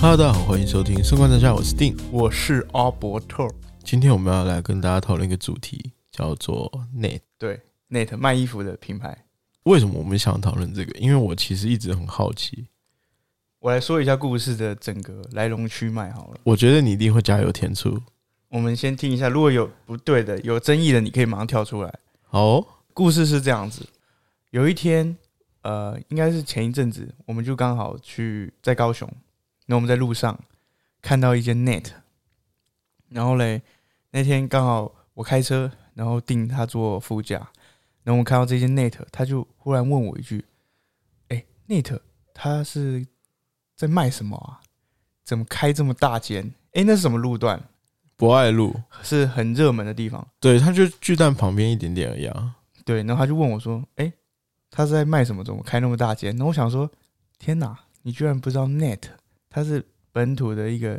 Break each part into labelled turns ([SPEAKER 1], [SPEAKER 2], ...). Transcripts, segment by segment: [SPEAKER 1] Hello，大家好，欢迎收听《生观察下》，我是定。
[SPEAKER 2] 我是阿伯特，
[SPEAKER 1] 今天我们要来跟大家讨论一个主题，叫做 Net。
[SPEAKER 2] 对，Net 卖衣服的品牌。
[SPEAKER 1] 为什么我们想讨论这个？因为我其实一直很好奇，
[SPEAKER 2] 我来说一下故事的整个来龙去脉好了。
[SPEAKER 1] 我觉得你一定会加油添醋。
[SPEAKER 2] 我们先听一下，如果有不对的、有争议的，你可以马上跳出来。
[SPEAKER 1] 好哦、
[SPEAKER 2] 故事是这样子：有一天，呃，应该是前一阵子，我们就刚好去在高雄，那我们在路上看到一间 Net，然后嘞，那天刚好我开车，然后定他坐副驾，然后我看到这间 Net，他就忽然问我一句：“哎、n e t 他是在卖什么啊？怎么开这么大间？哎、那是什么路段？
[SPEAKER 1] 博爱路，
[SPEAKER 2] 是很热门的地方。”
[SPEAKER 1] 对，它就巨蛋旁边一点点而已啊。
[SPEAKER 2] 对，然后他就问我说：“哎、他是在卖什么？怎么开那么大间？”然后我想说：“天哪，你居然不知道 Net，它是本土的一个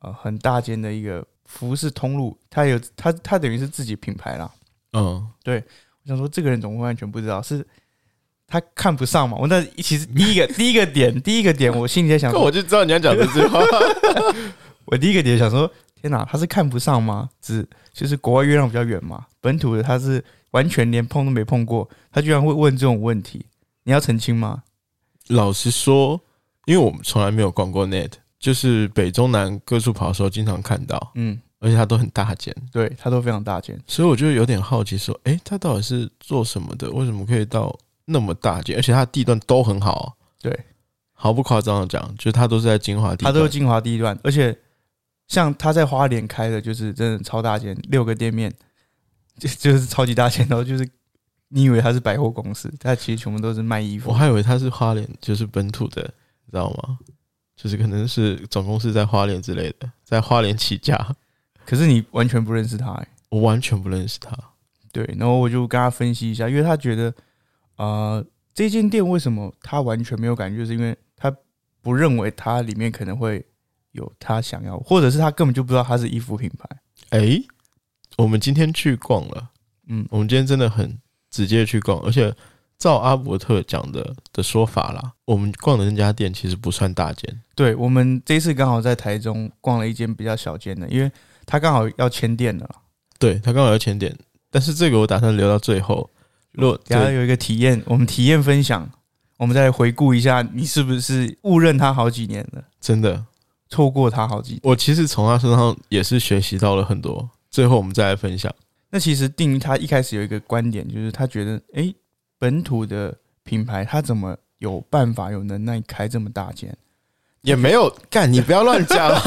[SPEAKER 2] 呃很大间的一个服饰通路，它有它它等于是自己品牌啦。
[SPEAKER 1] 嗯，”
[SPEAKER 2] 我想说这个人怎么会完全不知道？是他看不上嘛？我那其实第一个第一个点第一个点，我心里在想
[SPEAKER 1] 那
[SPEAKER 2] 说，
[SPEAKER 1] 我就知道你要讲这句话。
[SPEAKER 2] 我第一个点想说，天哪，他是看不上吗？只就是国外月亮比较远嘛，本土的他是完全连碰都没碰过，他居然会问这种问题，你要澄清吗？
[SPEAKER 1] 老实说，因为我们从来没有逛过 Net，就是北中南各处跑的时候经常看到，
[SPEAKER 2] 嗯，
[SPEAKER 1] 而且它都很大件，
[SPEAKER 2] 对他都非常大件，
[SPEAKER 1] 所以我就有点好奇说，诶，它到底是做什么的？为什么可以到那么大件？而且它的地段都很好啊、
[SPEAKER 2] 对
[SPEAKER 1] 毫不夸张的讲，就是它都是在精华地
[SPEAKER 2] 他
[SPEAKER 1] 段，
[SPEAKER 2] 都是精华第一段，而且像他在花莲开的，就是真的超大件，六个店面，就就是超级大件，然后就是你以为他是百货公司，他其实全部都是卖衣
[SPEAKER 1] 我
[SPEAKER 2] 服，
[SPEAKER 1] 还以为它是花莲，就是本土的，你知道吗？就是可能是总公司在花莲之类的，在花莲起家，
[SPEAKER 2] 可是你完全不认识他、欸
[SPEAKER 1] 我完全不认识它。
[SPEAKER 2] 对，然后我就跟他分析一下，因为他觉得，呃，这间店为什么他完全没有感觉，就是因为他不认为它里面可能会有他想要，或者是他根本就不知道它是衣服品牌。
[SPEAKER 1] 诶，
[SPEAKER 2] 哎
[SPEAKER 1] 我们今天去逛了，
[SPEAKER 2] 嗯，
[SPEAKER 1] 我们今天真的很直接去逛，而且照阿伯特讲的的说法啦，我们逛的那家店其实不算大间，
[SPEAKER 2] 对我们这次刚好在台中逛了一间比较小间的，因为他刚好要迁店了，
[SPEAKER 1] 对他刚好要前点，但是这个我打算留到最后。如果
[SPEAKER 2] 然后
[SPEAKER 1] 对
[SPEAKER 2] 有一个体验，我们体验分享，我们再来回顾一下，你是不是误认他好几年了，
[SPEAKER 1] 真的，
[SPEAKER 2] 错过他好几年
[SPEAKER 1] 我其实从他身上也是学习到了很多。最后我们再来分享。
[SPEAKER 2] 那其实定他一开始有一个观点，就是他觉得，诶，本土的品牌他怎么有办法、有能耐开这么大间？
[SPEAKER 1] 也没有干，你不要乱讲。
[SPEAKER 2] 啊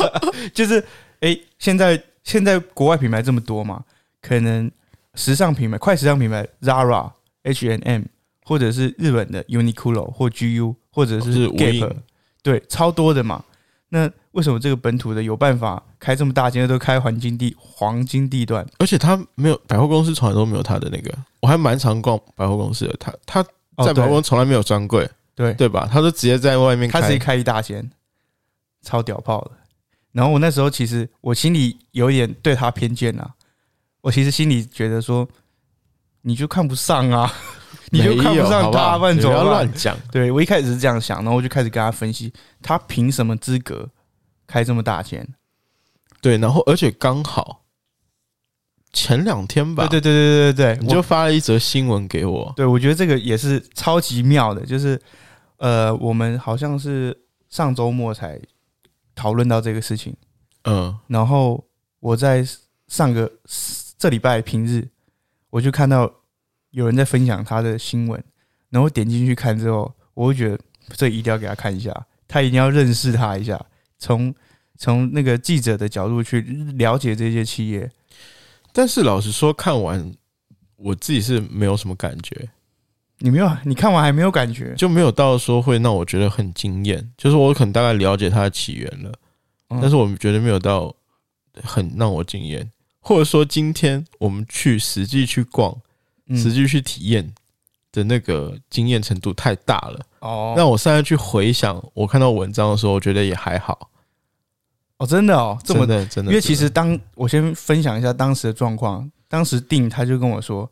[SPEAKER 2] 就是，诶，现在现在国外品牌这么多嘛，可能时尚品牌、快时尚品牌 Zara、H&M，或者是日本的 Uniqlo 或 GU，或者
[SPEAKER 1] 或是
[SPEAKER 2] 是
[SPEAKER 1] 无
[SPEAKER 2] Gap，
[SPEAKER 1] 印
[SPEAKER 2] 对，超多的嘛。那为什么这个本土的有办法开这么大间，都开黄金地黄金地段？
[SPEAKER 1] 而且他没有百货公司，从来都没有他的那个。我还蛮常逛百货公司的，他他
[SPEAKER 2] 哦
[SPEAKER 1] 在百货
[SPEAKER 2] 对
[SPEAKER 1] 公司从来没有专柜，
[SPEAKER 2] 对
[SPEAKER 1] 对吧？他都直接在外面
[SPEAKER 2] 他直接
[SPEAKER 1] 开。
[SPEAKER 2] 开一大间，超屌炮的。然后我那时候其实我心里有一点对他偏见啊，我其实心里觉得说，你就看不上啊，你就看
[SPEAKER 1] 没有好
[SPEAKER 2] 不上
[SPEAKER 1] 不好
[SPEAKER 2] 他，然
[SPEAKER 1] 你
[SPEAKER 2] 怎
[SPEAKER 1] 不
[SPEAKER 2] 么
[SPEAKER 1] 要
[SPEAKER 2] 办
[SPEAKER 1] 乱讲。
[SPEAKER 2] 对我一开始是这样想，然后我就开始跟他分析，他凭什么资格开这么大间？
[SPEAKER 1] 对，然后而且刚好前两天吧，
[SPEAKER 2] 对对对对对对，
[SPEAKER 1] 你
[SPEAKER 2] 我
[SPEAKER 1] 就发了一则新闻给我，
[SPEAKER 2] 对，我觉得这个也是超级妙的，就是呃，我们好像是上周末才讨论到这个事情。
[SPEAKER 1] 嗯，
[SPEAKER 2] 然后我在上个这礼拜平日，我就看到有人在分享他的新闻，然后点进去看之后，我就觉得这一定要给他看一下，他一定要认识他一下，从从那个记者的角度去了解这些企业。
[SPEAKER 1] 但是老实说，看完我自己是没有什么感觉，
[SPEAKER 2] 你没有，你看完还没有感觉？
[SPEAKER 1] 就没有到说会让我觉得很惊艳。就是我可能大概了解它的起源了，
[SPEAKER 2] 嗯
[SPEAKER 1] 但是我觉得没有到很让我惊艳。或者说，今天我们去实际去逛、实
[SPEAKER 2] 嗯、
[SPEAKER 1] 际去体验的那个惊艳程度太大了。
[SPEAKER 2] 哦，
[SPEAKER 1] 那我现在去回想我看到文章的时候，我觉得也还好。
[SPEAKER 2] 哦，真的哦，这么
[SPEAKER 1] 真的真的，
[SPEAKER 2] 因为其
[SPEAKER 1] 真的
[SPEAKER 2] 实当我先分享一下当时的状况，当时定他就跟我说，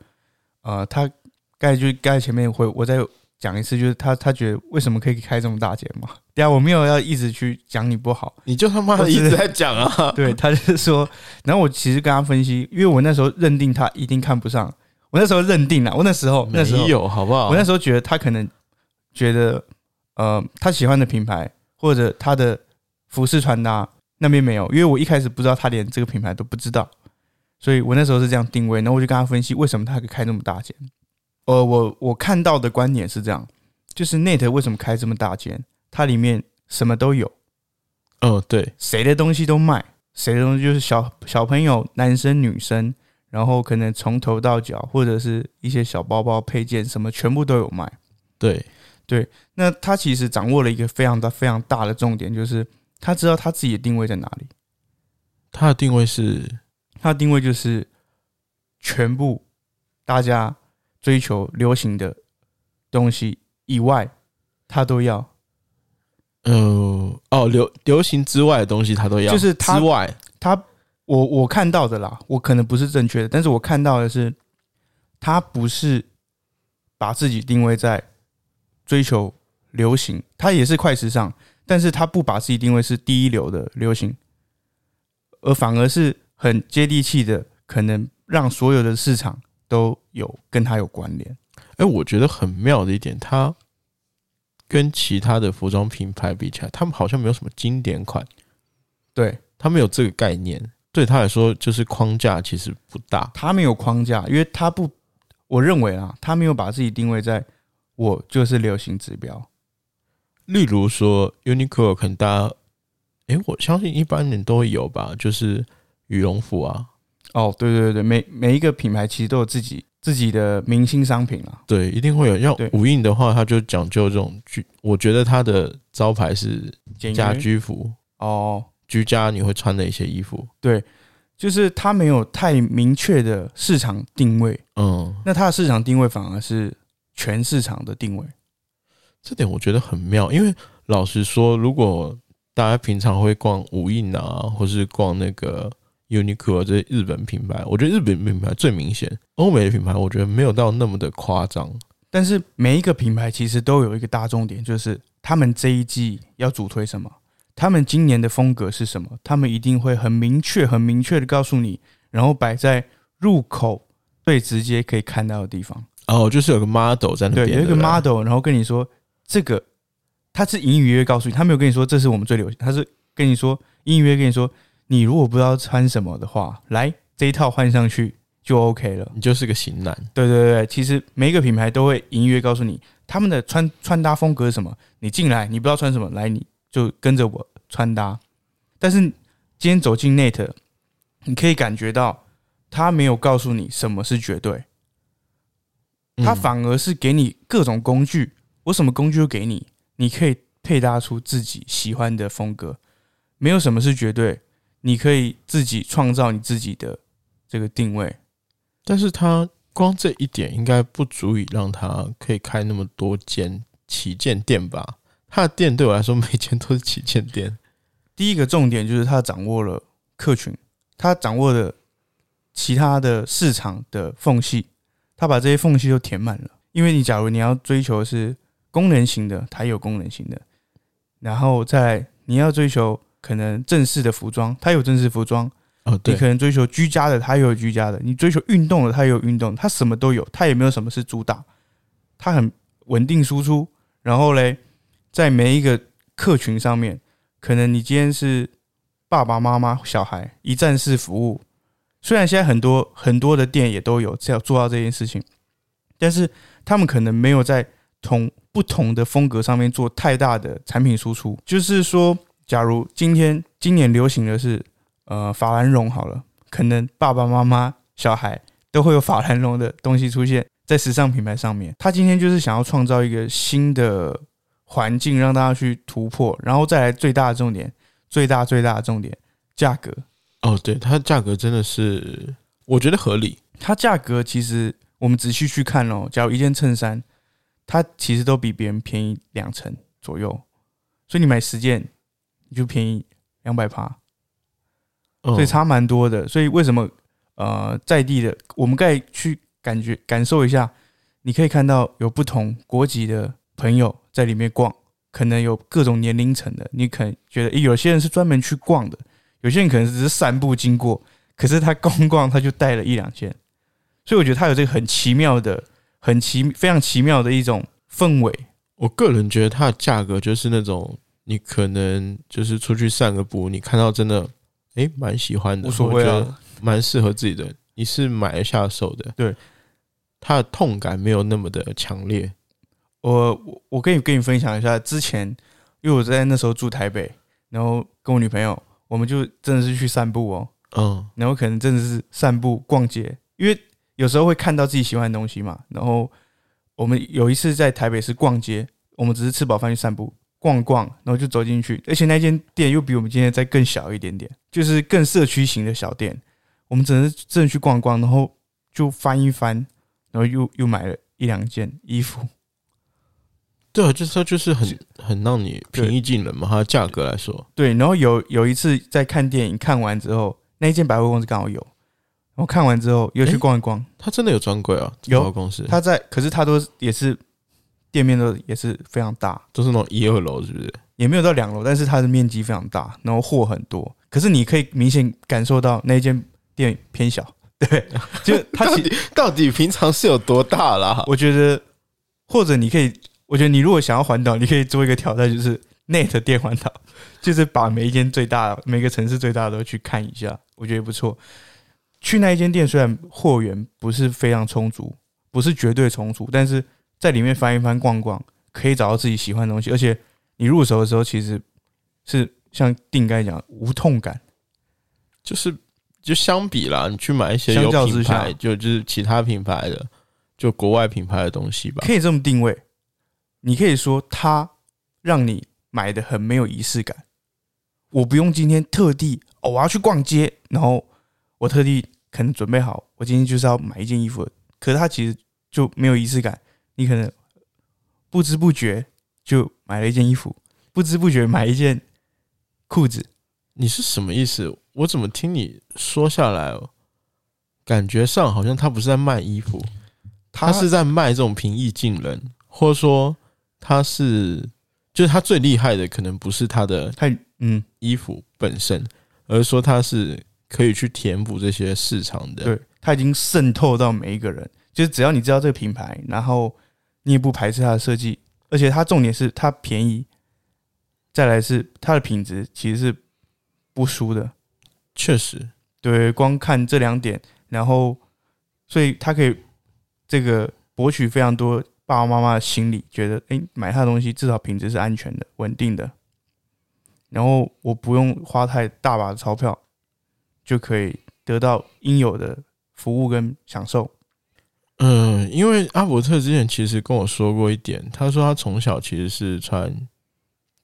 [SPEAKER 2] 呃，他刚才就刚才前面回我在讲一次，就是他他觉得为什么可以开这么大节目？ 对啊，我没有要一直去讲你不好，
[SPEAKER 1] 你就他妈的一直在讲啊！
[SPEAKER 2] 对，他就是说，然后我其实跟他分析，因为我那时候认定他一定看不上，我那时候认定了，啊我那时候 那时候
[SPEAKER 1] 没有好不好
[SPEAKER 2] 我？那时候觉得他可能觉得，呃，他喜欢的品牌或者他的服饰穿搭那边没有，因为我一开始不知道他连这个品牌都不知道，所以我那时候是这样定位。然后我就跟他分析为什么他可以开那么大间。呃，我我看到的观点是这样，就是 Net 为什么开这么大间？它里面什么都有，
[SPEAKER 1] 哦，对，
[SPEAKER 2] 谁的东西都卖，谁的东西就是小小朋友、男生、女生，然后可能从头到脚，或者是一些小包包、配件什么，全部都有卖。
[SPEAKER 1] 对，
[SPEAKER 2] 那他其实掌握了一个非常大、非常大的重点，就是他知道他自己的定位在哪里。
[SPEAKER 1] 他的定位是
[SPEAKER 2] 他的定位就是全部大家追求流行的东西以外，他都要。
[SPEAKER 1] 呃哦流流行之外的东西他都要，
[SPEAKER 2] 就是他
[SPEAKER 1] 之外
[SPEAKER 2] 他我我看到的啦，我可能不是正确的，但是我看到的是，他不是把自己定位在追求流行，他也是快时尚，但是他不把自己定位是第一流的流行，而反而是很接地气的，可能让所有的市场都有跟他有关联。
[SPEAKER 1] 哎、我觉得很妙的一点，它跟其他的服装品牌比起来，他们好像没有什么经典款，
[SPEAKER 2] 对
[SPEAKER 1] 他们有这个概念，对他来说就是框架其实不大。
[SPEAKER 2] 他没有框架，因为他不，我认为啊，他没有把自己定位在我就是流行指标。
[SPEAKER 1] 例如说 Uniqlo，可能大家，哎、我相信一般人都会有吧，就是羽绒服啊，
[SPEAKER 2] 哦，对对对，每每一个品牌其实都有自己自己的明星商品啊。
[SPEAKER 1] 对，一定会有。像
[SPEAKER 2] 对
[SPEAKER 1] 无印的话，它就讲究这种居，我觉得它的招牌是
[SPEAKER 2] 简约
[SPEAKER 1] 家居服，
[SPEAKER 2] 哦，
[SPEAKER 1] 居家你会穿的一些衣服。
[SPEAKER 2] 就是它没有太明确的市场定位，
[SPEAKER 1] 嗯，
[SPEAKER 2] 那它的市场定位反而是全市场的定位。
[SPEAKER 1] 这点我觉得很妙，因为老实说，如果大家平常会逛无印啊，或是逛那个 Uniqlo 这些日本品牌，我觉得日本品牌最明显，欧美的品牌我觉得没有到那么的夸张。
[SPEAKER 2] 但是每一个品牌其实都有一个大重点，就是他们这一季要主推什么，他们今年的风格是什么，他们一定会很明确、很明确的告诉你，然后摆在入口最直接可以看到的地方。
[SPEAKER 1] 哦，就是有个 model 在那边，
[SPEAKER 2] 对，有一个
[SPEAKER 1] 不
[SPEAKER 2] model，然后跟你说这个，他是隐隐约约告诉你，他没有跟你说这是我们最流行，他是跟你说隐隐约约跟你说，你如果不知道穿什么的话，来这一套换上去就 OK 了。
[SPEAKER 1] 你就是个型男。
[SPEAKER 2] 对对对，其实每一个品牌都会隐约告诉你他们的穿穿搭风格是什么，你进来你不知道穿什么，来你就跟着我穿搭。但是今天走进 Net，你可以感觉到他没有告诉你什么是绝对。
[SPEAKER 1] 嗯
[SPEAKER 2] 它反而是给你各种工具，我什么工具都给你，你可以配搭出自己喜欢的风格，没有什么是绝对，你可以自己创造你自己的这个定位。
[SPEAKER 1] 但是它光这一点应该不足以让它可以开那么多间旗舰店吧？它的店对我来说，每间都是旗舰店。
[SPEAKER 2] 第一个重点就是他掌握了客群，他掌握了其他的市场的缝隙，他把这些缝隙都填满了。因为你假如你要追求的是功能型的，它也有功能型的，然后再来你要追求可能正式的服装，它有正式服装，
[SPEAKER 1] 哦，
[SPEAKER 2] 你
[SPEAKER 1] 对
[SPEAKER 2] 可，能追求居家的，他也有居家的；你追求运动的，他也有运动，他什么都有，他也没有什么是主打，他很稳定输出。然后嘞，在每一个客群上面，可能你今天是爸爸妈妈、小孩，一站式服务。虽然现在很多很多的店也都有这样做到这件事情，但是他们可能没有在同不同的风格上面做太大的产品输出。就是说，假如今天今年流行的是呃法兰绒好了，可能爸爸妈妈、小孩都会有法兰绒的东西出现在时尚品牌上面。他今天就是想要创造一个新的环境，让大家去突破，然后再来最大的重点，最大最大的重点，价格。
[SPEAKER 1] 哦，对，它的价格真的是我觉得合理。
[SPEAKER 2] 它价格其实我们仔细去看哦，假如一件衬衫，它其实都比别人便宜两成左右，所以你买十件你就便宜两百趴。
[SPEAKER 1] 嗯
[SPEAKER 2] 所以差蛮多的。所以为什么呃在地的我们该去感觉感受一下你可以看到有不同国籍的朋友在里面逛，可能有各种年龄层的。你可能觉得诶有些人是专门去逛的，有些人可能只是散步经过，可是他逛逛他就带了一两件，所以我觉得他有这个很奇妙的、很奇非常奇妙的一种氛围。
[SPEAKER 1] 我个人觉得它的价格就是那种你可能就是出去散个步，你看到真的诶蛮、喜欢的，
[SPEAKER 2] 无所谓啊
[SPEAKER 1] 我觉得蛮适合自己的，你是买得下手的。
[SPEAKER 2] 对，
[SPEAKER 1] 它的痛感没有那么的强烈。
[SPEAKER 2] 我我我跟你跟你分享一下，之前因为我在那时候住台北，然后跟我女朋友，我们就真的是去散步哦，
[SPEAKER 1] 嗯，
[SPEAKER 2] 然后可能真的是散步逛街，因为有时候会看到自己喜欢的东西嘛。然后我们有一次在台北是逛街，我们只是吃饱饭去散步逛逛，然后就走进去，而且那间店又比我们今天再更小一点点，就是更社区型的小店。我们只能真的去逛逛，然后就翻一翻，然后又又买了一两件衣服。
[SPEAKER 1] 对啊，就是它就是很很让你平易近人嘛，它的价格来说，
[SPEAKER 2] 对，然后有有一次在看电影，看完之后，那一间百货公司刚好有，然后看完之后又去
[SPEAKER 1] 诶
[SPEAKER 2] 逛一逛。
[SPEAKER 1] 它真的有专柜啊，
[SPEAKER 2] 有
[SPEAKER 1] 百货公司，它
[SPEAKER 2] 他在，可是他都是也是店面都也是非常大，
[SPEAKER 1] 都是那种一二楼，是不是？
[SPEAKER 2] 也没有到两楼，但是它的面积非常大，然后货很多。可是你可以明显感受到那间店偏小， 对，就它其
[SPEAKER 1] 到底平常是有多大啦？
[SPEAKER 2] 我觉得，或者你可以，我觉得你如果想要环岛，你可以做一个挑战，就是 Net 电环岛，就是把每一间最大、每个城市最大的都去看一下，我觉得不错。去那一间店虽然货源不是非常充足，不是绝对充足，但是在里面翻一翻、逛逛，可以找到自己喜欢的东西，而且你入手的时候其实是像定该讲无痛感，
[SPEAKER 1] 就是就相比啦，你去买一些
[SPEAKER 2] 相
[SPEAKER 1] 有
[SPEAKER 2] 较之
[SPEAKER 1] 品
[SPEAKER 2] 下
[SPEAKER 1] 牌，就就是其他品牌的，就国外品牌的东西吧。
[SPEAKER 2] 可以这么定位。你可以说它让你买的很没有仪式感。我不用今天特地哦，我要去逛街，然后我特地可能准备好，我今天就是要买一件衣服，可是它其实就没有仪式感。你可能不知不觉就买了一件衣服，不知不觉买一件裤子，
[SPEAKER 1] 你是什么意思？我怎么听你说下来哦，感觉上好像他不是在卖衣服，他是在卖这种平易近人，或者说他是就是他最厉害的，可能不是他的
[SPEAKER 2] 它嗯，
[SPEAKER 1] 衣服本身，而是说他是可以去填补这些市场的。
[SPEAKER 2] 对，它已经渗透到每一个人，就是只要你知道这个品牌，然后你也不排斥它的设计，而且它重点是它便宜，再来是它的品质其实是不输的。
[SPEAKER 1] 确实，
[SPEAKER 2] 对，光看这两点，然后所以它可以这个博取非常多爸爸妈妈的心理，觉得诶，买它的东西至少品质是安全的、稳定的，然后我不用花太大把的钞票就可以得到应有的服务跟享受。
[SPEAKER 1] 嗯，因为阿伯特之前其实跟我说过一点，他说他从小其实是穿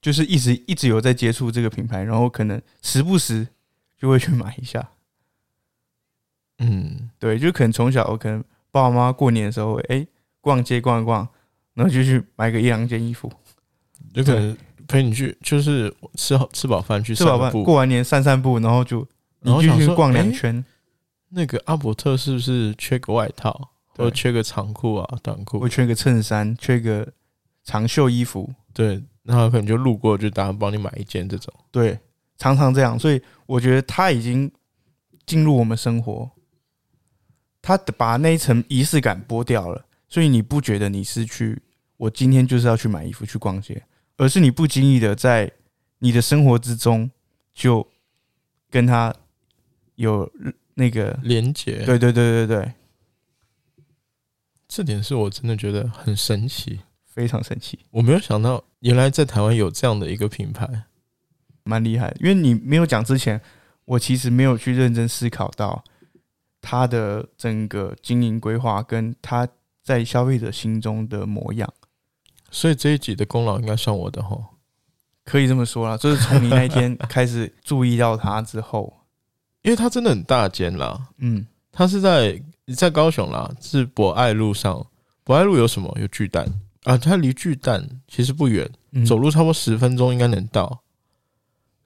[SPEAKER 2] 就是一直一直有在接触这个品牌，然后可能时不时就会去买一下。
[SPEAKER 1] 嗯
[SPEAKER 2] 对，就可能从小我可能爸爸妈妈过年的时候，哎、逛街逛一逛，然后就去买个一两件衣服，
[SPEAKER 1] 有可能陪你去，就是吃好吃饱饭去
[SPEAKER 2] 吃
[SPEAKER 1] 散
[SPEAKER 2] 饱饭
[SPEAKER 1] 步。
[SPEAKER 2] 过完年散散步，然后就你
[SPEAKER 1] 然后
[SPEAKER 2] 就
[SPEAKER 1] 想
[SPEAKER 2] 去
[SPEAKER 1] 说
[SPEAKER 2] 逛两
[SPEAKER 1] 诶
[SPEAKER 2] 圈。
[SPEAKER 1] 那个阿伯特是不是缺个外套，或
[SPEAKER 2] 对
[SPEAKER 1] 者缺个长裤啊、短裤
[SPEAKER 2] 我？缺个衬衫，缺个长袖衣服，
[SPEAKER 1] 对，然后可能就路过，就打算帮你买一件这种。
[SPEAKER 2] 对，常常这样，所以我觉得他已经进入我们生活，他把那一层仪式感剥掉了，所以你不觉得你是去，我今天就是要去买衣服去逛街，而是你不经意的在你的生活之中就跟他有那个，
[SPEAKER 1] 连结，
[SPEAKER 2] 对对对对对，
[SPEAKER 1] 这点是我真的觉得很神奇，
[SPEAKER 2] 非常神奇，
[SPEAKER 1] 我没有想到原来在台湾有这样的一个品牌。
[SPEAKER 2] 蛮厉害的。因为你没有讲之前，我其实没有去认真思考到他的整个经营规划跟他在消费者心中的模样，
[SPEAKER 1] 所以这一集的功劳应该算我的哈。
[SPEAKER 2] 可以这么说啦。就是从你那一天开始注意到他之后，
[SPEAKER 1] 因为它真的很大间啦，
[SPEAKER 2] 嗯，
[SPEAKER 1] 它是在在高雄啦，是博爱路上。博爱路有什么？有巨蛋啊，它离巨蛋其实不远，
[SPEAKER 2] 嗯
[SPEAKER 1] 走路差不多十分钟应该能到。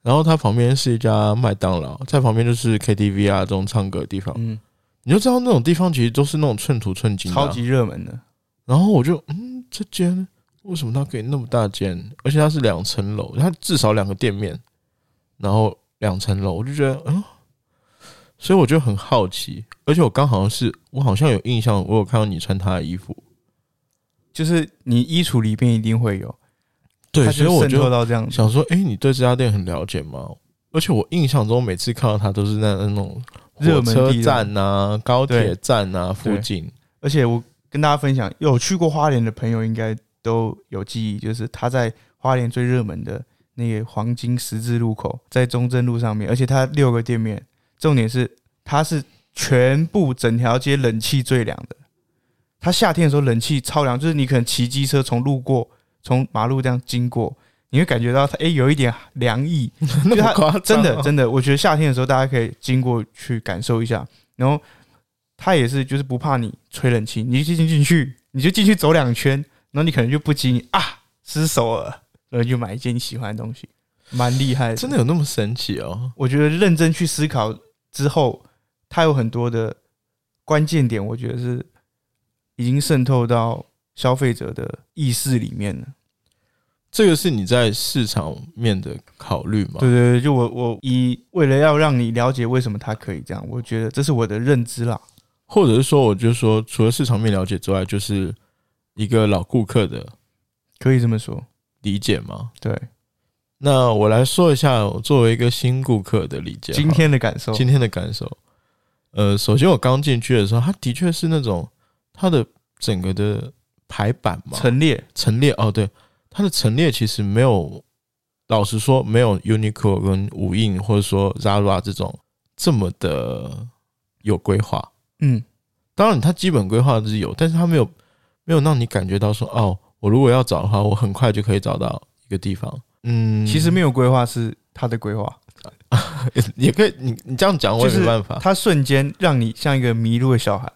[SPEAKER 1] 然后它旁边是一家麦当劳，在旁边就是 KTV 啊这种唱歌的地方，
[SPEAKER 2] 嗯，
[SPEAKER 1] 你就知道那种地方其实都是那种寸土寸金、啊，
[SPEAKER 2] 超级热门的，
[SPEAKER 1] 然后我就嗯，这间为什么它可以那么大间？而且它是两层楼，它至少两个店面，然后两层楼，我就觉得嗯，所以我就很好奇，而且我刚好像是我好像有印象，我有看到你穿他的衣服，
[SPEAKER 2] 就是你衣橱里边一定会有，
[SPEAKER 1] 对，
[SPEAKER 2] 它
[SPEAKER 1] 所以
[SPEAKER 2] 就
[SPEAKER 1] 我
[SPEAKER 2] 渗透
[SPEAKER 1] 就
[SPEAKER 2] 到这样子。
[SPEAKER 1] 想说，哎、你对这家店很了解吗？而且我印象中每次看到它都是在那种
[SPEAKER 2] 热
[SPEAKER 1] 火
[SPEAKER 2] 门地
[SPEAKER 1] 车
[SPEAKER 2] 段
[SPEAKER 1] 站啊、高铁
[SPEAKER 2] 对
[SPEAKER 1] 站啊附
[SPEAKER 2] 对
[SPEAKER 1] 近，
[SPEAKER 2] 而且我跟大家分享，有去过花莲的朋友应该都有记忆，就是它在花莲最热门的那个黄金十字路口，在中正路上面，而且它六个店面，重点是它是全部整条街冷气最凉的。它夏天的时候冷气超凉，就是你可能骑机车从路过，从马路这样经过，你会感觉到它诶、有一点凉意，
[SPEAKER 1] 那么
[SPEAKER 2] 就它
[SPEAKER 1] 夸张啊、
[SPEAKER 2] 真的真的，我觉得夏天的时候大家可以经过去感受一下。然后它也是就是不怕你吹冷气，你就进进去，你就进去走两圈，然后你可能就不经意啊失手了，然后就买一件你喜欢的东西，蛮厉害的。
[SPEAKER 1] 真的，有那么神奇哦？
[SPEAKER 2] 我觉得认真去思考之后，它有很多的关键点，我觉得是已经渗透到消费者的意识里面了。
[SPEAKER 1] 这个是你在市场面的考虑吗？
[SPEAKER 2] 对对对，就我我以为了要让你了解为什么它可以这样，我觉得这是我的认知啦。
[SPEAKER 1] 或者是说，我就说，除了市场面了解之外，就是一个老顾客的
[SPEAKER 2] 可以这么说，
[SPEAKER 1] 理解吗？
[SPEAKER 2] 对，
[SPEAKER 1] 那我来说一下我作为一个新顾客的理解好了。
[SPEAKER 2] 今天的感受，
[SPEAKER 1] 今天的感受，呃，首先我刚进去的时候，它的确是那种它的整个的排版嘛，
[SPEAKER 2] 陈列
[SPEAKER 1] 陈列哦，对，它的陈列其实没有，老实说，没有 Uniqlo 跟无印或者说 Zara 这种这么的有规划。
[SPEAKER 2] 嗯，
[SPEAKER 1] 当然，它基本规划是有，但是它没有没有让你感觉到说，哦，我如果要找的话，我很快就可以找到一个地方。嗯，
[SPEAKER 2] 其实没有规划是它的规划，
[SPEAKER 1] 也可以，你你这样讲我也
[SPEAKER 2] 就是
[SPEAKER 1] 没办法。
[SPEAKER 2] 它瞬间让你像一个迷路的小孩，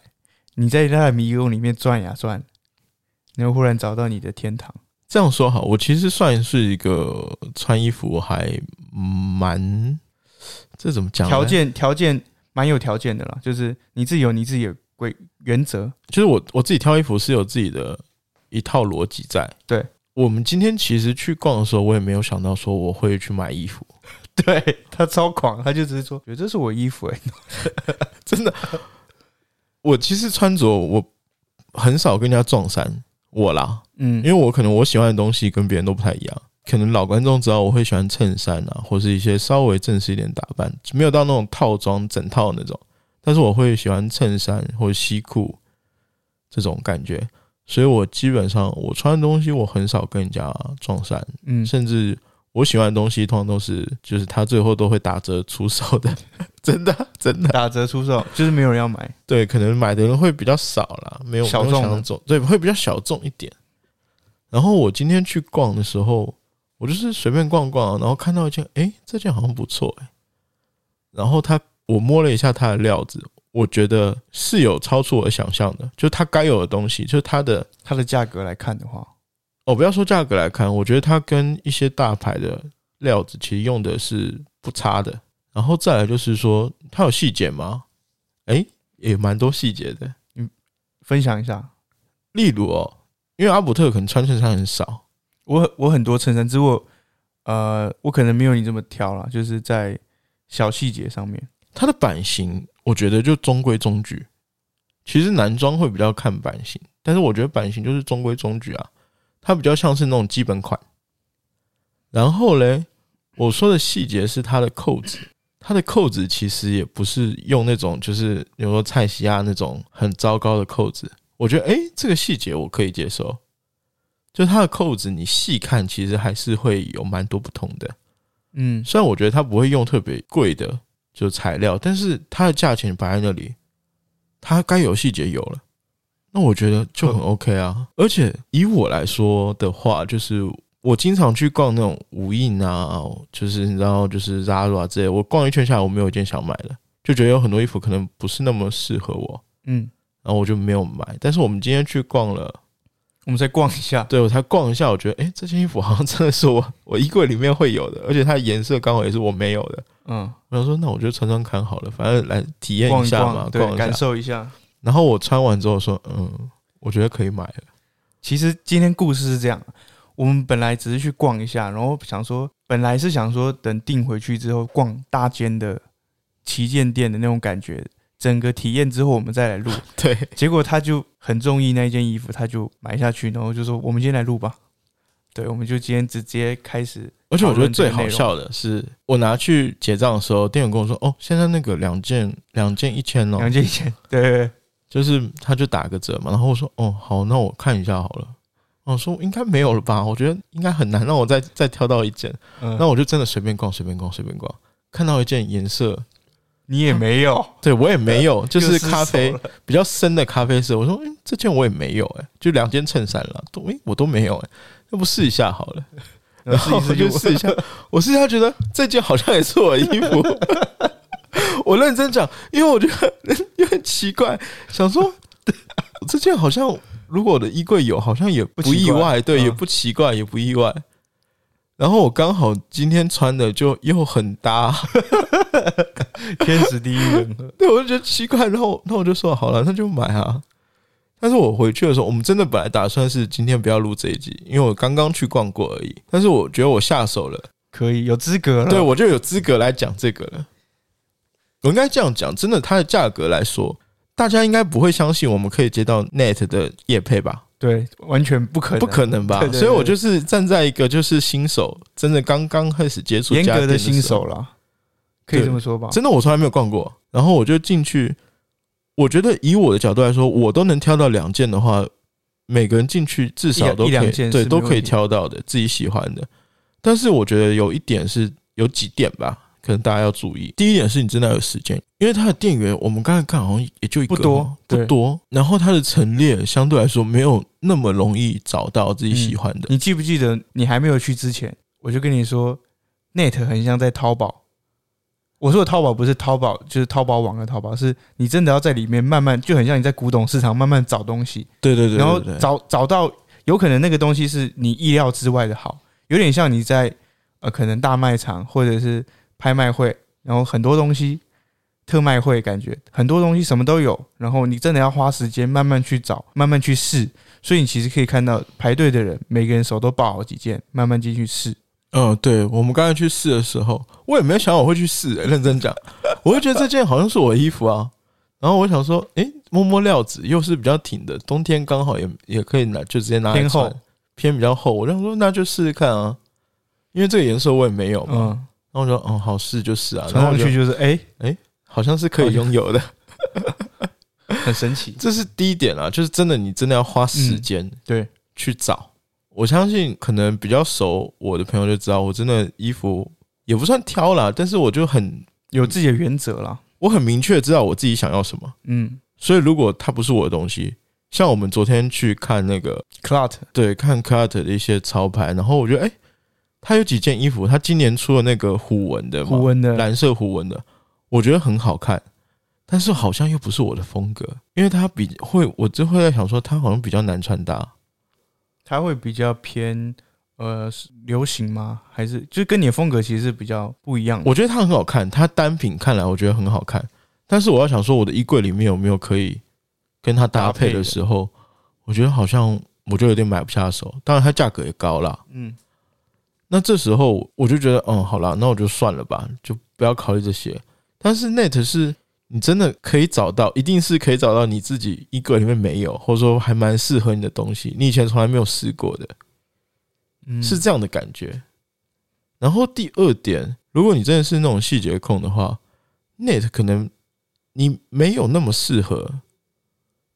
[SPEAKER 2] 你在它的迷宫里面转呀转，然后忽然找到你的天堂。
[SPEAKER 1] 这样说好，我其实算是一个穿衣服还蛮这怎么讲呢？
[SPEAKER 2] 条件条件蛮有条件的啦，就是你自己有你自己的规原则，
[SPEAKER 1] 就是我我自己挑衣服是有自己的一套逻辑在。
[SPEAKER 2] 对，
[SPEAKER 1] 我们今天其实去逛的时候，我也没有想到说我会去买衣服，
[SPEAKER 2] 对他超狂，他就只是说，觉得这是我衣服哎、
[SPEAKER 1] 真的。我其实穿着我很少跟人家撞衫，我啦，因
[SPEAKER 2] 嗯
[SPEAKER 1] 为我可能我喜欢的东西跟别人都不太一样。可能老观众知道我会喜欢衬衫啊，或是一些稍微正式一点打扮，没有到那种套装整套那种，但是我会喜欢衬衫或者西裤这种感觉。所以我基本上我穿的东西我很少跟人家撞衫，
[SPEAKER 2] 嗯，
[SPEAKER 1] 甚至我喜欢的东西通常都是就是他最后都会打折出售的， 真的真的。
[SPEAKER 2] 打折出售就是没有人要买，
[SPEAKER 1] 对，可能买的人会比较少啦，没有
[SPEAKER 2] 小
[SPEAKER 1] 没有
[SPEAKER 2] 众
[SPEAKER 1] 想
[SPEAKER 2] 的
[SPEAKER 1] 象中，对，会比较小众一点。然后我今天去逛的时候，我就是随便逛逛，然后看到一件，诶，这件好像不错、诶。然后它，我摸了一下它的料子，我觉得是有超出我的想象的，就是它该有的东西，就是它的
[SPEAKER 2] 它的价格来看的话，
[SPEAKER 1] 哦，不要说价格来看，我觉得它跟一些大牌的料子其实用的是不差的。然后再来就是说，它有细节吗？诶，也蛮多细节的。
[SPEAKER 2] 分享一下。
[SPEAKER 1] 例如哦，因为阿伯特可能穿衬衫很少，
[SPEAKER 2] 我我很多衬衫，只不过呃，我可能没有你这么挑啦，就是在小细节上面。
[SPEAKER 1] 它的版型我觉得就中规中矩。其实男装会比较看版型，但是我觉得版型就是中规中矩啊，它比较像是那种基本款。然后嘞，我说的细节是它的扣子，它的扣子其实也不是用那种就是比如说蔡西亚那种很糟糕的扣子，我觉得诶、这个细节我可以接受。就它的扣子，你细看其实还是会有蛮多不同的。
[SPEAKER 2] 嗯，
[SPEAKER 1] 虽然我觉得它不会用特别贵的就材料，但是它的价钱摆在那里，它该有细节有了，那我觉得就很 OK 啊。而且以我来说的话，就是我经常去逛那种无印啊，就是你知道，就是 Zara 之类的，我逛一圈下来，我没有一件想买的，就觉得有很多衣服可能不是那么适合我，
[SPEAKER 2] 嗯，
[SPEAKER 1] 然后我就没有买。但是我们今天去逛了。
[SPEAKER 2] 我们再逛一下。
[SPEAKER 1] 对我才逛一下，我觉得哎、诶这件衣服好像真的是我我衣柜里面会有的，而且它的颜色刚好也是我没有的。
[SPEAKER 2] 嗯，
[SPEAKER 1] 我想说，那我就穿穿看好了，反正来体验
[SPEAKER 2] 逛
[SPEAKER 1] 一下嘛，
[SPEAKER 2] 逛，对，
[SPEAKER 1] 一
[SPEAKER 2] 感
[SPEAKER 1] 下。
[SPEAKER 2] 受一下。
[SPEAKER 1] 然后我穿完之后说，嗯，我觉得可以买了。
[SPEAKER 2] 其实今天故事是这样，我们本来只是去逛一下，然后想说，本来是想说等订回去之后逛大间的旗舰店的那种感觉，整个体验之后我们再来 录。
[SPEAKER 1] 对，
[SPEAKER 2] 结果他就很中意那一件衣服，他就买下去，然后就说我们今天来录吧。对，我们就今天直接开始。
[SPEAKER 1] 而且我觉得最好笑的是，我拿去结账的时候，店员跟我说：“哦，现在那个两件两件一千哦
[SPEAKER 2] 两，件以前，对对对，
[SPEAKER 1] 就是他就打个折嘛。”然后我说：“哦，好，那我看一下好了。”哦我说：“应该没有了吧？我觉得应该很难让我再再挑到一件。”
[SPEAKER 2] 嗯，
[SPEAKER 1] 那我就真的随便逛，随便逛，随便逛，看到一件颜色，
[SPEAKER 2] 你也没有，
[SPEAKER 1] 对我也没有， 就
[SPEAKER 2] 又
[SPEAKER 1] 是
[SPEAKER 2] 失手
[SPEAKER 1] 咖啡
[SPEAKER 2] 了
[SPEAKER 1] 比较深的咖啡色。我说：“嗯，这件我也没有哎、就两件衬衫了，都哎、我都没有哎、要不试一下好了。” 然后我
[SPEAKER 2] 试
[SPEAKER 1] 就
[SPEAKER 2] 一试
[SPEAKER 1] 试一下，我试一下觉得这件好像也是我的衣服。我认真讲，因为我觉得有点奇怪，想说 这件好像如果我的衣柜有，好像也不
[SPEAKER 2] 奇
[SPEAKER 1] 意
[SPEAKER 2] 怪
[SPEAKER 1] 外，对，
[SPEAKER 2] 嗯
[SPEAKER 1] 也不奇怪，也不意外。然后我刚好今天穿的就又很搭，
[SPEAKER 2] 天时地利人和，
[SPEAKER 1] 对，我就觉得奇怪。然后，那我就说好了，那就买啊。但是我回去的时候，我们真的本来打算是今天不要录这一集，因为我刚刚去逛过而已。但是我觉得我下手了，
[SPEAKER 2] 可以有资格了。
[SPEAKER 1] 对，我就有资格来讲这个了。我应该这样讲，真的，它的价格来说，大家应该不会相信我们可以接到 Net 的业配吧？
[SPEAKER 2] 对，完全不可能，
[SPEAKER 1] 不可能吧？
[SPEAKER 2] 对对对
[SPEAKER 1] 所以我就是站在一个就是新手，真的刚刚开始接触
[SPEAKER 2] 严
[SPEAKER 1] 家
[SPEAKER 2] 格
[SPEAKER 1] 电
[SPEAKER 2] 的
[SPEAKER 1] 的
[SPEAKER 2] 新
[SPEAKER 1] 时候
[SPEAKER 2] 手了，可以
[SPEAKER 1] 对
[SPEAKER 2] 这么说吧？
[SPEAKER 1] 真的我从来没有逛过。然后我就进去，我觉得以我的角度来说，我都能挑到两件的话，每个人进去至
[SPEAKER 2] 一
[SPEAKER 1] 少
[SPEAKER 2] 两
[SPEAKER 1] 都
[SPEAKER 2] 一
[SPEAKER 1] 可
[SPEAKER 2] 两
[SPEAKER 1] 以
[SPEAKER 2] 件
[SPEAKER 1] 对
[SPEAKER 2] 是没
[SPEAKER 1] 都可以
[SPEAKER 2] 问题
[SPEAKER 1] 挑到的自己喜欢的。但是我觉得有一点是有几点吧，可能大家要注意。第一点是你真的要有时间，因为它的店员我们刚才看好像也就一个
[SPEAKER 2] 不多
[SPEAKER 1] 嘛不
[SPEAKER 2] 对
[SPEAKER 1] 多，然后它的陈列相对来说没有那么容易找到自己喜欢的。
[SPEAKER 2] 你记不记得你还没有去之前，我就跟你说，Net 很像在淘宝。我说的淘宝不是淘宝，就是淘宝网的淘宝，是你真的要在里面慢慢，就很像你在古董市场慢慢找东西，
[SPEAKER 1] 对对对对
[SPEAKER 2] 然后
[SPEAKER 1] 对
[SPEAKER 2] 找找到有可能那个东西是你意料之外的好，有点像你在呃可能大卖场或者是拍卖会，然后很多东西特卖会感觉很多东西什么都有，然后你真的要花时间慢慢去找，慢慢去试，所以你其实可以看到排队的人每个人手都抱好几件，慢慢进去试。
[SPEAKER 1] 嗯，对，我们刚才去试的时候，我也没有想到我会去试、欸认真讲，我就觉得这件好像是我的衣服啊。然后我想说，诶、摸摸料子又是比较挺的，冬天刚好也也可以拿，就直接拿来
[SPEAKER 2] 偏厚
[SPEAKER 1] 穿，偏比较厚。我就想说，那就试试看啊，因为这个颜色我也没有嘛。
[SPEAKER 2] 嗯，
[SPEAKER 1] 然后我就说，哦、好试就试啊，
[SPEAKER 2] 穿
[SPEAKER 1] 然后我
[SPEAKER 2] 上
[SPEAKER 1] 就
[SPEAKER 2] 去就是哎、
[SPEAKER 1] 好像是可以拥有的，。
[SPEAKER 2] 很神奇
[SPEAKER 1] 这是第一点啊，就是真的你真的要花时间、
[SPEAKER 2] 对
[SPEAKER 1] 去找。我相信可能比较熟我的朋友就知道，我真的衣服也不算挑啦，但是我就很
[SPEAKER 2] 有自己的原则啦。
[SPEAKER 1] 我很明确知道我自己想要什么，
[SPEAKER 2] 嗯
[SPEAKER 1] 所以如果它不是我的东西，像我们昨天去看那个
[SPEAKER 2] ，Clut
[SPEAKER 1] 对看 c u t 的一些潮牌，然后我觉得哎、诶它有几件衣服，它今年出了那个虎纹的嘛，
[SPEAKER 2] 胡文的，
[SPEAKER 1] 蓝色虎纹的，我觉得很好看，但是好像又不是我的风格，因为它比会我就会在想说它好像比较难穿搭，
[SPEAKER 2] 它会比较偏呃是流行吗？还是就是跟你的风格其实是比较不一样的？
[SPEAKER 1] 我觉得它很好看，它单品看来我觉得很好看，但是我要想说我的衣柜里面有没有可以跟它搭配的时候，我觉得好像我就有点买不下手。当然它价格也高啦，
[SPEAKER 2] 嗯，
[SPEAKER 1] 那这时候我就觉得，嗯，好啦，那我就算了吧，就不要考虑这些。但是 Net 是你真的可以找到，一定是可以找到你自己衣柜里面没有，或者说还蛮适合你的东西，你以前从来没有试过的。
[SPEAKER 2] 嗯
[SPEAKER 1] 是这样的感觉。然后第二点，如果你真的是那种细节控的话，Net 可能你没有那么适合。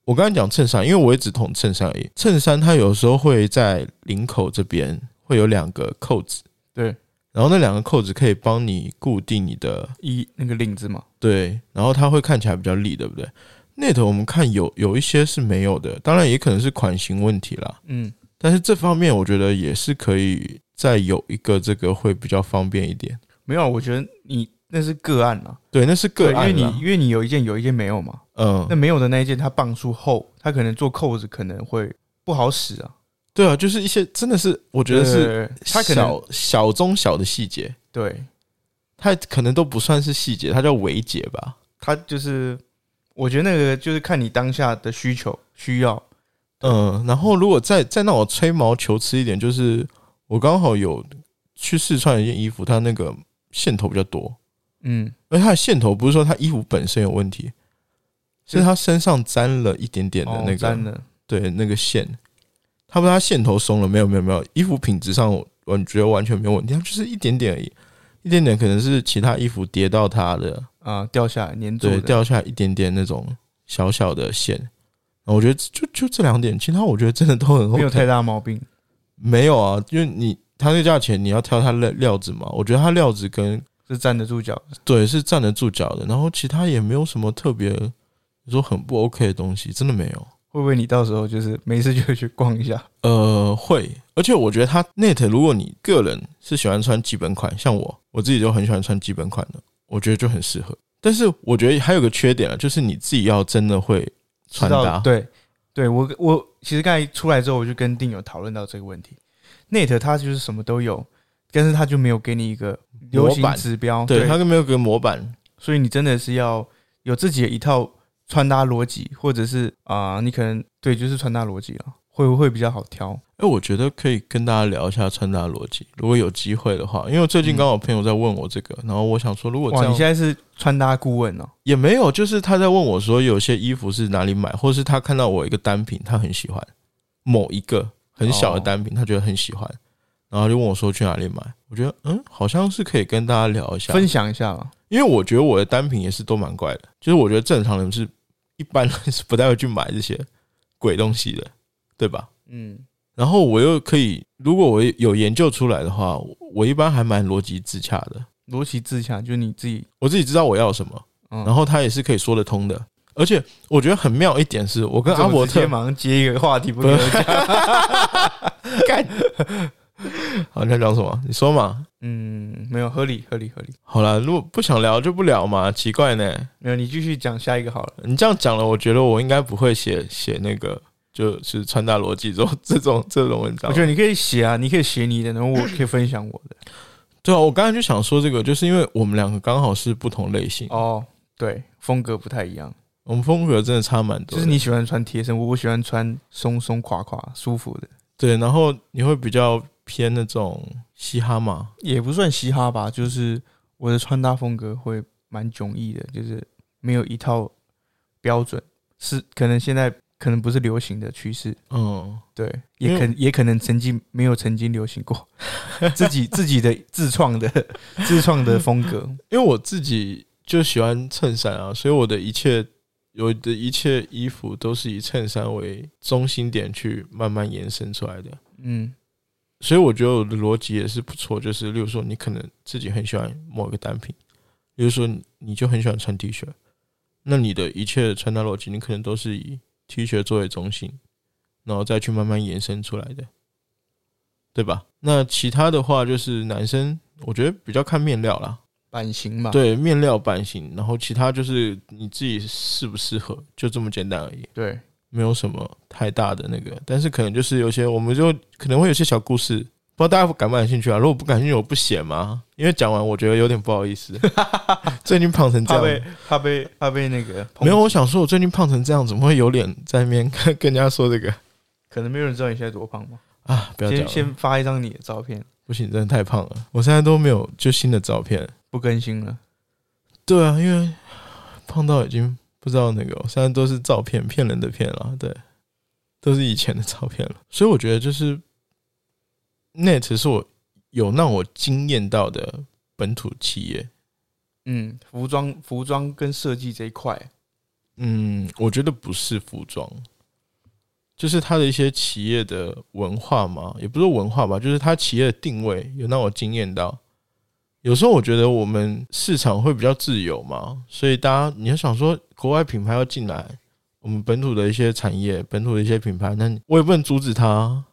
[SPEAKER 1] 我刚才讲衬衫，因为我也只统衬衫而已。衬衫它有时候会在领口这边会有两个扣子，
[SPEAKER 2] 对，
[SPEAKER 1] 然后那两个扣子可以帮你固定你的
[SPEAKER 2] 一那个领子嘛，
[SPEAKER 1] 对，然后它会看起来比较立，对不对？Net 我们看有有一些是没有的，当然也可能是款型问题啦。
[SPEAKER 2] 嗯，
[SPEAKER 1] 但是这方面我觉得也是可以再有一个这个会比较方便一点。
[SPEAKER 2] 没有，我觉得你那是个案啦，
[SPEAKER 1] 对，那是个案
[SPEAKER 2] 对因为
[SPEAKER 1] 啦
[SPEAKER 2] 你因为你有一件有一件没有嘛，那
[SPEAKER 1] 嗯，
[SPEAKER 2] 没有的那一件它磅数厚，它可能做扣子可能会不好使啊，
[SPEAKER 1] 对啊，就是一些真的是我觉得是
[SPEAKER 2] 对它可能
[SPEAKER 1] 小小中小的细节，
[SPEAKER 2] 对
[SPEAKER 1] 它可能都不算是细节，它叫微节吧。
[SPEAKER 2] 它就是，我觉得那个就是看你当下的需求需要，
[SPEAKER 1] 嗯，然后如果再再让我吹毛求疵一点，就是我刚好有去试穿一件衣服，它那个线头比较多，
[SPEAKER 2] 嗯，
[SPEAKER 1] 而它的线头不是说它衣服本身有问题，是它身上沾了一点点的
[SPEAKER 2] 哦
[SPEAKER 1] 那个，
[SPEAKER 2] 粘的，
[SPEAKER 1] 对那个线，它不是它线头松了，没有没有没有，衣服品质上我我觉得完全没有问题，它就是一点点而已，一点点可能是其他衣服叠到它的，
[SPEAKER 2] 啊，掉下来粘住
[SPEAKER 1] 对，
[SPEAKER 2] 的，
[SPEAKER 1] 掉下来一点点那种小小的线，然后我觉得就就这两点，其他我觉得真的都很 OK,
[SPEAKER 2] 没有太大毛病。
[SPEAKER 1] 没有啊，因为你它那个价钱，你要挑它料料子嘛。我觉得它料子跟
[SPEAKER 2] 是站得住脚的，
[SPEAKER 1] 对是站得住脚的，然后其他也没有什么特别你说很不 OK 的东西，真的没有。
[SPEAKER 2] 会不会你到时候就是没事就会去逛一 下？
[SPEAKER 1] 呃，会，而且我觉得它 Net，如果你个人是喜欢穿基本款，像我，我自己就很喜欢穿基本款的，我觉得就很适合。但是我觉得还有个缺点啊，就是你自己要真的会穿
[SPEAKER 2] 知
[SPEAKER 1] 搭
[SPEAKER 2] 道，对，对我我其实刚才出来之后，我就跟定友讨论到这个问题。Net 它就是什么都有，但是它就没有给你一个流
[SPEAKER 1] 模
[SPEAKER 2] 行
[SPEAKER 1] 板
[SPEAKER 2] 指标，
[SPEAKER 1] 对，它，跟没有个模板，
[SPEAKER 2] 所以你真的是要有自己的一套穿搭逻辑，或者是啊、你可能对就是穿搭逻辑啊，会不会比较好挑？
[SPEAKER 1] 哎、我觉得可以跟大家聊一下穿搭逻辑，如果有机会的话，因为我最近刚好朋友在问我这个，然后我想说，如果这
[SPEAKER 2] 嗯哇，你
[SPEAKER 1] 样
[SPEAKER 2] 现在是穿搭顾问哦，
[SPEAKER 1] 也没有，就是他在问我说有些衣服是哪里买，或是他看到我一个单品，他很喜欢某一个很小的
[SPEAKER 2] 哦
[SPEAKER 1] 单品，他觉得很喜欢，然后他就问我说去哪里买。我觉得嗯，好像是可以跟大家聊一下，
[SPEAKER 2] 分享一下吧。
[SPEAKER 1] 因为我觉得我的单品也是都蛮怪的，就是我觉得正常人是一般人是不太会去买这些鬼东西的，对吧？
[SPEAKER 2] 嗯，
[SPEAKER 1] 然后我又可以，如果我有研究出来的话，我我一般还蛮逻辑自洽的，
[SPEAKER 2] 逻辑自洽，就是你自己，
[SPEAKER 1] 我自己知道我要什么，
[SPEAKER 2] 嗯，
[SPEAKER 1] 然后他也是可以说得通的。而且我觉得很妙一点是，我跟阿伯
[SPEAKER 2] 我直接
[SPEAKER 1] 特
[SPEAKER 2] 马上接一个话题，不跟 我讲。
[SPEAKER 1] 干，好，你要讲什么？你说嘛。
[SPEAKER 2] 嗯，没有，合理，合理，合理。
[SPEAKER 1] 好了，如果不想聊就不聊嘛，奇怪呢。
[SPEAKER 2] 没有，你继续讲下一个好了。
[SPEAKER 1] 你这样讲了，我觉得我应该不会写写那个，就是穿搭逻辑这种这种这种文章。
[SPEAKER 2] 我觉得你可以写啊，你可以写你的，然后我可以分享我的。
[SPEAKER 1] 对啊，我刚才就想说这个，就是因为我们两个刚好是不同类型，
[SPEAKER 2] 哦，对，风格不太一样，
[SPEAKER 1] 我们风格真的差蛮多
[SPEAKER 2] 就
[SPEAKER 1] 的。
[SPEAKER 2] 是你喜欢穿贴身，我我喜欢穿松松垮垮、舒服的，
[SPEAKER 1] 对，然后你会比较偏那种嘻哈嘛，
[SPEAKER 2] 也不算嘻哈吧。就是我的穿搭风格会蛮迥异的，就是没有一套标准，是可能现在可能不是流行的趋势，
[SPEAKER 1] 嗯，
[SPEAKER 2] 对，
[SPEAKER 1] 因
[SPEAKER 2] 也
[SPEAKER 1] 为
[SPEAKER 2] 可也可能曾经没有曾经流行 过，自己自己的自创的自创的风格，
[SPEAKER 1] 因为我自己就喜欢衬衫啊，所以我的一切有的一切衣服都是以衬衫为中心点去慢慢延伸出来的。
[SPEAKER 2] 嗯
[SPEAKER 1] 所以我觉得我的逻辑也是不错，就是例如说你可能自己很喜欢某个单品，例如说你你就很喜欢穿 T 恤，那你的一切穿搭逻辑，你可能都是以 T 恤作为中心，然后再去慢慢延伸出来的，对吧？那其他的话就是男生，我觉得比较看面料啦，
[SPEAKER 2] 版型嘛，
[SPEAKER 1] 对面料版型，然后其他就是你自己适不适合，就这么简单而已，
[SPEAKER 2] 对，
[SPEAKER 1] 没有什么太大的那个。但是可能就是有些，我们就可能会有些小故事，不知道大家感不感兴趣啊？如果不感兴趣，我不写嘛，因为讲完我觉得有点不好意 思，最近胖成这
[SPEAKER 2] 怕被
[SPEAKER 1] 样。
[SPEAKER 2] 怕被怕被那个抨 击
[SPEAKER 1] 没有，，我想说，我最近胖成这样，怎么会有脸在那边跟跟人家说这个
[SPEAKER 2] 可能没有人知道你现在多胖嘛。
[SPEAKER 1] 啊？不要讲
[SPEAKER 2] 先
[SPEAKER 1] 了，
[SPEAKER 2] 先发一张你的照片，
[SPEAKER 1] 不行，真的太胖了，我现在都没有就新的照片。
[SPEAKER 2] 不更新了。
[SPEAKER 1] 对啊，因为胖到已经不知道那个，我现在都是照片骗人的骗了，对，都是以前的照片了。所以我觉得就是 Net 是我有让我惊艳到的本土企业。
[SPEAKER 2] 嗯，服装服装跟设计这一块，
[SPEAKER 1] 嗯，我觉得不是服装，就是它的一些企业的文化嘛，也不是文化吧，就是它企业的定位有让我惊艳到。有时候我觉得我们市场会比较自由嘛，所以大家你要想说国外品牌要进来，我们本土的一些产业、本土的一些品牌，那你我也不能阻止它啊，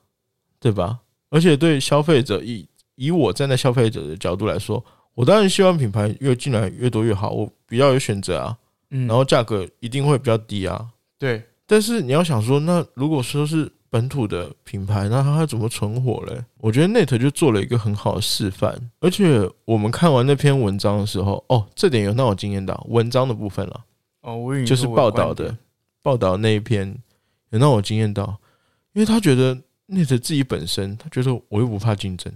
[SPEAKER 1] 对吧？而且对消费者以以我站在消费者的角度来说，我当然希望品牌越进来越多越好，我比较有选择啊。
[SPEAKER 2] 嗯，
[SPEAKER 1] 然后价格一定会比较低啊。
[SPEAKER 2] 对，
[SPEAKER 1] 但是你要想说，那如果说是本土的品牌，那它怎么存活嘞？我觉得 Net 就做了一个很好的示范，而且我们看完那篇文章的时候，哦，这点有让我惊艳到。文章的部分啦，
[SPEAKER 2] 哦，我以为你
[SPEAKER 1] 就是
[SPEAKER 2] 说我
[SPEAKER 1] 报道
[SPEAKER 2] 观点
[SPEAKER 1] 的，报道那一篇有让我惊艳到。因为他觉得 Net 自己本身，他觉得我又不怕竞争，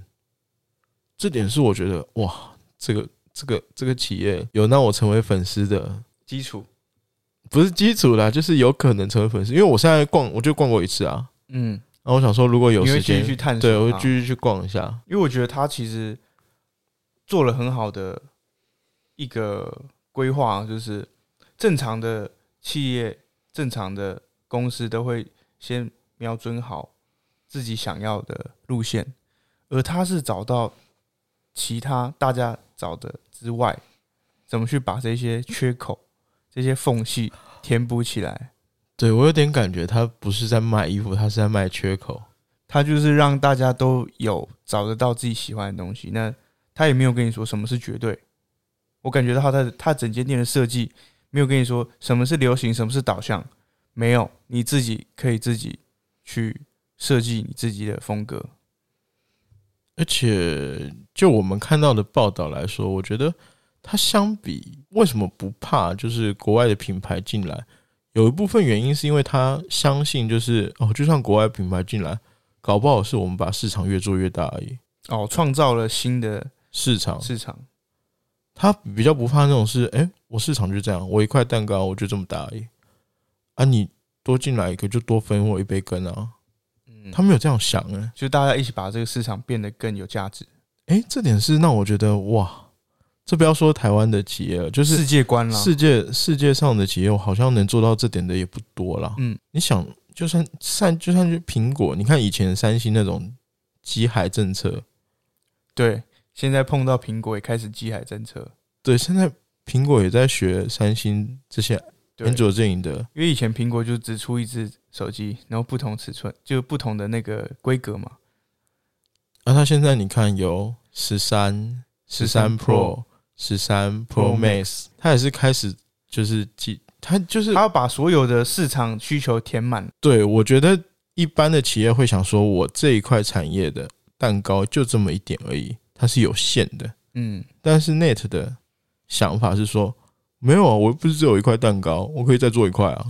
[SPEAKER 1] 这点是我觉得哇，这个这个这个企业有让我成为粉丝的，
[SPEAKER 2] 基础，
[SPEAKER 1] 不是基础啦，就是有可能成为粉丝，因为我现在逛，我就逛过一次啊，
[SPEAKER 2] 嗯，
[SPEAKER 1] 然后我想说如果有
[SPEAKER 2] 你会
[SPEAKER 1] 时
[SPEAKER 2] 继续
[SPEAKER 1] 间，
[SPEAKER 2] 去探索，
[SPEAKER 1] 对，我会继，续去逛一下，
[SPEAKER 2] 因为我觉得他其实做了很好的一个规划，啊就是正常的企业、正常的公司都会先瞄准好自己想要的路线，而他是找到其他大家找的之外，怎么去把这些缺口、这些缝隙填补起来。
[SPEAKER 1] 对我有点感觉他不是在卖衣服，他是在卖缺口，
[SPEAKER 2] 他就是让大家都有找得到自己喜欢的东西。那他也没有跟你说什么是绝对，我感觉到他的他整间店的设计没有跟你说什么是流行，什么是导向，没有，你自己可以自己去设计你自己的风格。
[SPEAKER 1] 而且就我们看到的报道来说，我觉得它相比为什么不怕就是国外的品牌进来，有一部分原因是因为他相信就是哦，就算国外品牌进来，搞不好是我们把市场越做越大而已。
[SPEAKER 2] 哦，创造了新的
[SPEAKER 1] 市场
[SPEAKER 2] 市场，
[SPEAKER 1] 他比较不怕那种是，哎、我市场就这样，我一块蛋糕我就这么大而已，啊，你多进来一个就多分我一杯羹啊，
[SPEAKER 2] 嗯，
[SPEAKER 1] 他没有这样想哎、
[SPEAKER 2] 就大家一起把这个市场变得更有价值，
[SPEAKER 1] 哎、这点是让我觉得哇，这不要说台湾的企业了，就是
[SPEAKER 2] 世界观啦。
[SPEAKER 1] 世界世界上的企业，我好像能做到这点的也不多啦。
[SPEAKER 2] 嗯，
[SPEAKER 1] 你想，就算算就算是苹果，你看以前三星那种机海政策，
[SPEAKER 2] 对，现在碰到苹果也开始机海政策，
[SPEAKER 1] 对，现在苹果也在学三星这些
[SPEAKER 2] 对。
[SPEAKER 1] 安卓阵营的，
[SPEAKER 2] 因为以前苹果就只出一只手机，然后不同尺寸就不同的那个规格嘛。
[SPEAKER 1] 那、它现在你看有十三、十三
[SPEAKER 2] 13
[SPEAKER 1] Pro、十三 Pro
[SPEAKER 2] Pro
[SPEAKER 1] Max，它也是开始就是几，它就是
[SPEAKER 2] 它要把所有的市场需求填满，
[SPEAKER 1] 对，我觉得一般的企业会想说，我这一块产业的蛋糕就这么一点而已，它是有限的。
[SPEAKER 2] 嗯，
[SPEAKER 1] 但是 Net 的想法是说，没有啊，我又不是只有一块蛋糕，我可以再做一块啊，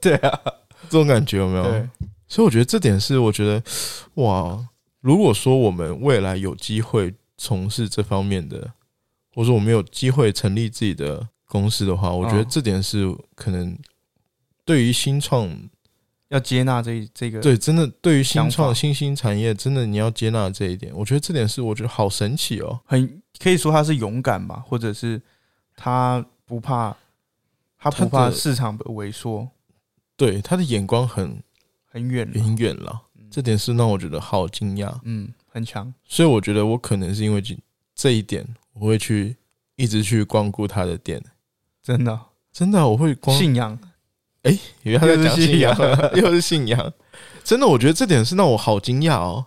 [SPEAKER 2] 对啊，
[SPEAKER 1] 这种感觉有没有？
[SPEAKER 2] 对，
[SPEAKER 1] 所以我觉得这点是我觉得，哇，如果说我们未来有机会从事这方面的，或者说我们有机会成立自己的公司的话，我觉得
[SPEAKER 2] 嗯
[SPEAKER 1] 这点是可能对于新创
[SPEAKER 2] 要接纳这这个，
[SPEAKER 1] 对，真的对于新
[SPEAKER 2] 想
[SPEAKER 1] 创
[SPEAKER 2] 法
[SPEAKER 1] 新兴产业，真的你要接纳这一点。我觉得这点是我觉得好神奇哦。
[SPEAKER 2] 很可以说他是勇敢吧，或者是他不怕，他不
[SPEAKER 1] 它
[SPEAKER 2] 怕
[SPEAKER 1] 的
[SPEAKER 2] 市场的萎缩，
[SPEAKER 1] 对，他的眼光很
[SPEAKER 2] 很远啊了，
[SPEAKER 1] 远远了，这点是让我觉得好惊讶。
[SPEAKER 2] 嗯，很强，
[SPEAKER 1] 所以我觉得我可能是因为这这一点，我会去一直去光顾他的店。
[SPEAKER 2] 真的
[SPEAKER 1] 真的啊、我会光，
[SPEAKER 2] 信仰，
[SPEAKER 1] 哎因为他在讲信仰
[SPEAKER 2] 又是 信，
[SPEAKER 1] 又是信仰。真的，我觉得这点是让我好惊讶哦。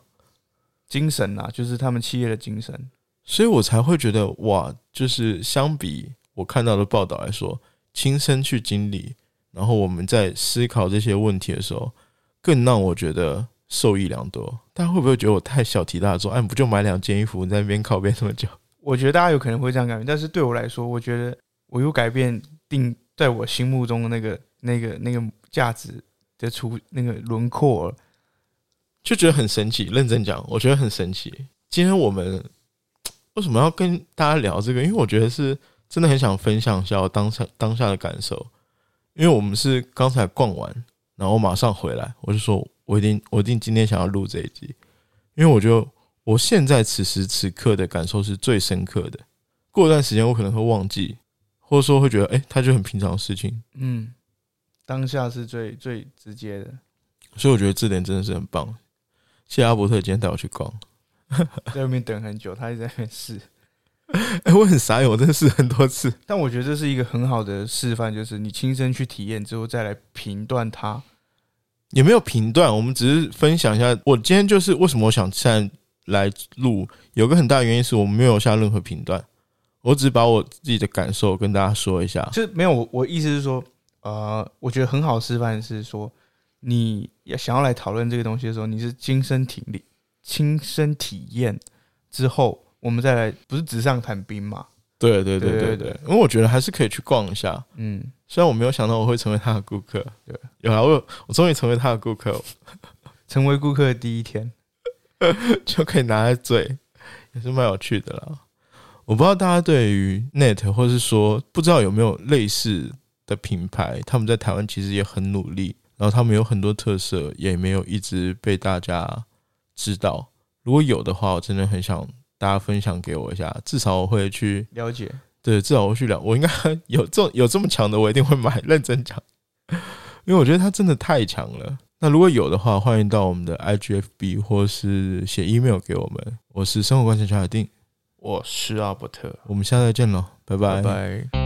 [SPEAKER 2] 精神啊，就是他们企业的精神，
[SPEAKER 1] 所以我才会觉得哇，就是相比我看到的报道来说，亲身去经历，然后我们在思考这些问题的时候，更让我觉得受益良多。大家会不会觉得我太小题大做？哎、你不就买两件衣服，你在那边靠边那么久？
[SPEAKER 2] 我觉得大家有可能会这样感觉，但是对我来说，我觉得我又改变定在我心目中的那个、那个、那个价值的出那个轮廓了。
[SPEAKER 1] 就觉得很神奇。认真讲，我觉得很神奇。今天我们为什么要跟大家聊这个？因为我觉得是真的很想分享一下我当下当下的感受。因为我们是刚才逛完，然后马上回来，我就说我一定我一定今天想要录这一集，因为我觉得我现在此时此刻的感受是最深刻的。过一段时间我可能会忘记，或者说会觉得哎、它就很平常的事情。
[SPEAKER 2] 嗯，当下是最最直接的。
[SPEAKER 1] 所以我觉得这点真的是很棒。谢谢阿伯特今天带我去逛。
[SPEAKER 2] 在外面等很久，他一直在那边试，
[SPEAKER 1] 哎、我很傻眼，我真的试很多次。
[SPEAKER 2] 但我觉得这是一个很好的示范，就是你亲身去体验之后再来评断它。
[SPEAKER 1] 也没有评断，我们只是分享一下。我今天就是为什么我想现在来录，有个很大的原因是我没有下任何评断，我只把我自己的感受跟大家说一下。
[SPEAKER 2] 就是没有我，我意思是说，呃，我觉得很好示范是说，你也想要来讨论这个东西的时候，你是亲身体力、亲身体验之后，我们再来，不是纸上谈兵嘛？
[SPEAKER 1] 对对对
[SPEAKER 2] 对
[SPEAKER 1] 对
[SPEAKER 2] 对
[SPEAKER 1] 对，因为我觉得还是可以去逛一下。
[SPEAKER 2] 嗯，
[SPEAKER 1] 虽然我没有想到我会成为他的顾客，
[SPEAKER 2] 对，
[SPEAKER 1] 有啊，我有我终于成为他的顾客，
[SPEAKER 2] 成为顾客的第一天，
[SPEAKER 1] 就可以拿来嘴，也是蛮有趣的啦。我不知道大家对于 Net 或是说不知道有没有类似的品牌，他们在台湾其实也很努力，然后他们有很多特色，也没有一直被大家知道。如果有的话，我真的很想大家分享给我一下，至少我会去，
[SPEAKER 2] 了解。
[SPEAKER 1] 对，至少我会去聊。我应该 有这种有这么强的，我一定会买， 认真讲，因为我觉得它真的太强了。那如果有的话，欢迎到我们的 IGFB 或是写 email 给我们。我是生活观察小海定，
[SPEAKER 2] 我是阿伯特，
[SPEAKER 1] 我们下次再见喽，拜
[SPEAKER 2] 拜拜